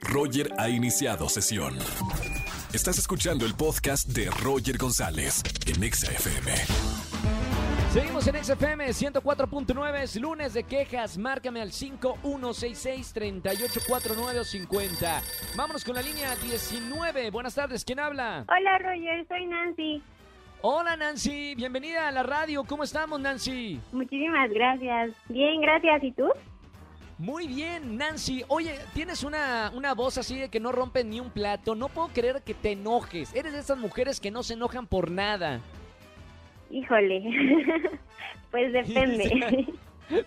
Roger ha iniciado sesión. Estás escuchando el podcast de Roger González en Exa FM. Seguimos en XFM 104.9, es lunes de quejas, márcame al 5166-384950. Vámonos con la línea 19, buenas tardes, ¿quién habla? Hola Roger, soy Nancy. Hola Nancy, bienvenida a la radio, ¿cómo estamos Nancy? Muchísimas gracias. Bien, gracias. ¿Y tú? Muy bien Nancy, oye, tienes una, una voz así de que no rompe ni un plato, no puedo creer que te enojes, eres de esas mujeres que no se enojan por nada. Híjole. pues depende.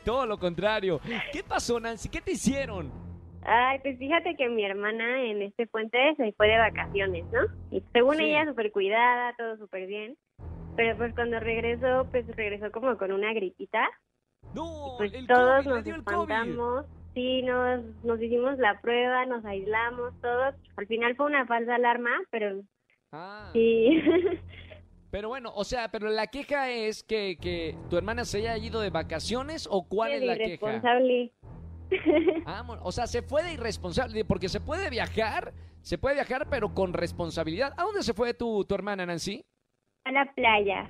Todo lo contrario. ¿Qué pasó Nancy? ¿Qué te hicieron? Ay, pues fíjate que mi hermana en este puente se fue de vacaciones, ¿no? Y según Sí. ella súper cuidada, todo súper bien. Pero pues cuando regresó, pues regresó como con una gripita. No, Pues Oh, el todos COVID, le nos dio el COVID. espantamos. Sí, nos, nos hicimos la prueba, nos aislamos todos. Al final fue una falsa alarma, pero Ah. sí. Pero bueno, o sea, pero la queja es que, que tu hermana se haya ido de vacaciones o cuál es El la queja. irresponsable. Ah, mon- o sea, se fue de irresponsable, porque se puede viajar, se puede viajar, pero con responsabilidad. ¿A dónde se fue tu, tu hermana, Nancy? A la playa.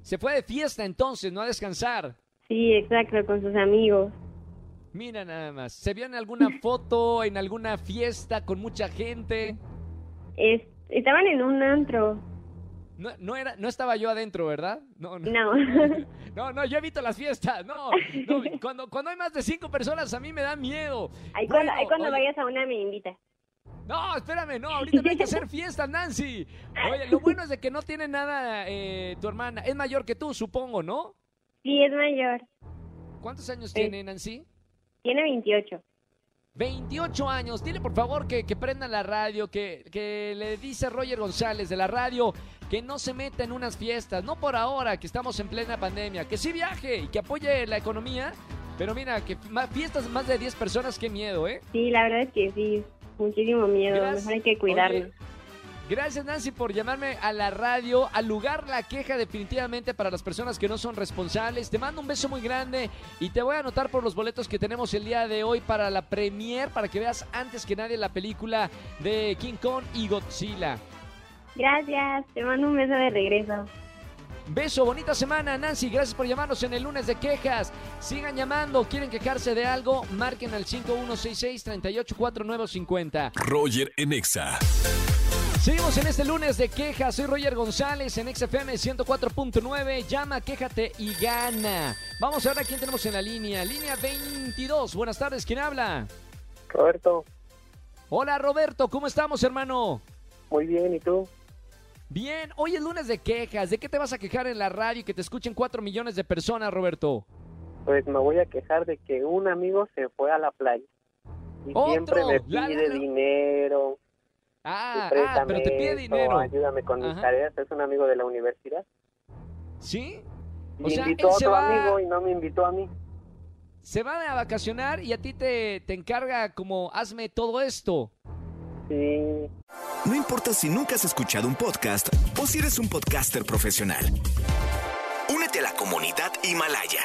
Se fue de fiesta entonces, no a descansar. Sí, exacto, con sus amigos. Mira nada más, se vio en alguna foto, en alguna fiesta con mucha gente. Es- estaban en un antro. No, no era, no estaba yo adentro, ¿verdad? No, no. No. No, no, yo evito las fiestas, no. no, cuando, cuando hay más de cinco personas a mí me da miedo. Ahí cuando, Bueno, ahí cuando oye. vayas a una me invita. No, espérame, no, ahorita no hay que hacer fiesta, Nancy. Oye, lo bueno es de que no tiene nada eh, tu hermana. Es mayor que tú, supongo, ¿no? Sí, es mayor. ¿Cuántos años Sí. tiene, Nancy? Tiene 28. 28 años. Dile, por favor, que, que prenda la radio, que, que le dice Roger González de la radio que no se meta en unas fiestas. No por ahora, que estamos en plena pandemia. Que sí viaje y que apoye la economía. Pero mira, que más, fiestas más de 10 personas, qué miedo, ¿eh? Sí, la verdad es que sí. Muchísimo miedo. Gracias. Mejor hay que cuidarnos. Oye, gracias Nancy por llamarme a la radio, al lugar la queja definitivamente para las personas que no son responsables. Te mando un beso muy grande y te voy a anotar por los boletos que tenemos el día de hoy para la premier, para que veas antes que nadie la película de King Kong y Godzilla. Gracias. Te mando un beso de regreso. Beso, bonita semana Nancy, gracias por llamarnos en el lunes de quejas. Sigan llamando, quieren quejarse de algo, marquen al 5166-384950. Roger en Exa. Seguimos en este lunes de quejas. Soy Roger González en XFM 104.9. Llama, quéjate y gana. Vamos a ver a quién tenemos en la línea. Línea 22. Buenas tardes, ¿quién habla? Roberto, Hola Roberto, ¿cómo estamos, hermano? muy bien, ¿y tú? Bien, hoy es lunes de quejas. ¿De qué te vas a quejar en la radio y que te escuchen 4 millones de personas, Roberto? Pues me voy a quejar de que un amigo se fue a la playa. Y ¡Otro! siempre me La, la, pide la. dinero, Ah, y ah, préstame pero te pide esto, dinero. ayúdame con mis Ajá. tareas, es un amigo de la universidad. ¿Sí? Y O sea, invitó él a se otro va- amigo y no me invitó a mí. Se van a vacacionar y a ti te, te encarga como hazme todo esto. Sí, No importa si nunca has escuchado un podcast o si eres un podcaster profesional. Únete a la comunidad Himalaya.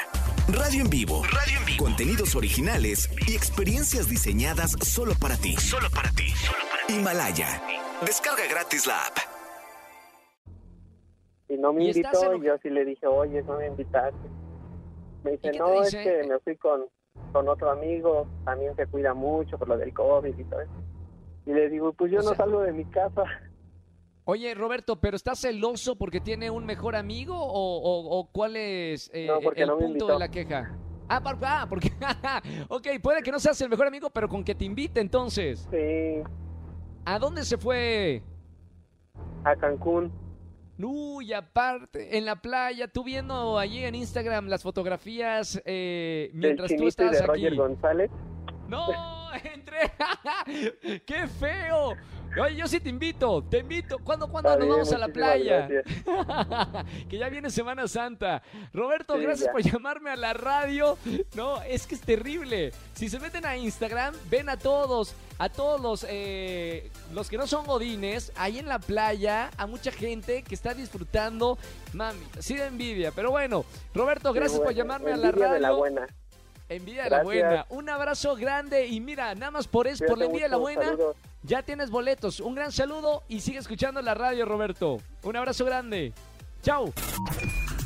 Radio en vivo. Radio en vivo. Contenidos originales y experiencias diseñadas solo para ti. Solo para ti. Solo para ti. Himalaya. Descarga gratis la app. y no me ¿Y estás invitó enoj- y yo sí le dije, oye, no me invitaste. Me qué dice, te no, dice? es que me fui con, con otro amigo, también se cuida mucho por lo del COVID y todo eso. Y le digo, pues yo O no sea- salgo de mi casa. Oye, Roberto, ¿pero estás celoso porque tiene un mejor amigo o, o- o cuál es eh, No, porque el no me punto invitó. de la queja? Ah, par- ah, porque... ok, puede que no seas el mejor amigo, pero con que te invite entonces. Sí, ¿A dónde se fue? a Cancún. Uy, aparte, en la playa, tú viendo allí en Instagram las fotografías eh, del mientras tú chinito y estabas de aquí. Roger González. ¡No! ¡Entré! ¡Qué feo! Oye, yo sí te invito, te invito. ¿Cuándo, cuándo Está nos bien, vamos a la muchísimas playa? gracias. que ya viene Semana Santa. Roberto, Sí, gracias ya. por llamarme a la radio. No, es que es terrible. Si se meten a Instagram, ven a todos, a todos los, eh, los que no son godines, ahí en la playa, a mucha gente que está disfrutando. Mami, sí de envidia, pero bueno. Roberto, Qué gracias por bueno. llamarme a la radio. Envidia Pues de la buena. Envidia de la Gracias. buena. Un abrazo grande y mira, nada más por eso, por la Cuídate envidia de la mucho, buena, saludos. ya tienes boletos. Un gran saludo y sigue escuchando la radio, Roberto. Un abrazo grande. Chao.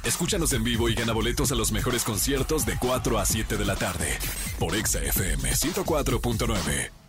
Escúchanos en vivo y gana boletos a los mejores conciertos de 4 a 7 de la tarde por Exa FM 104.9.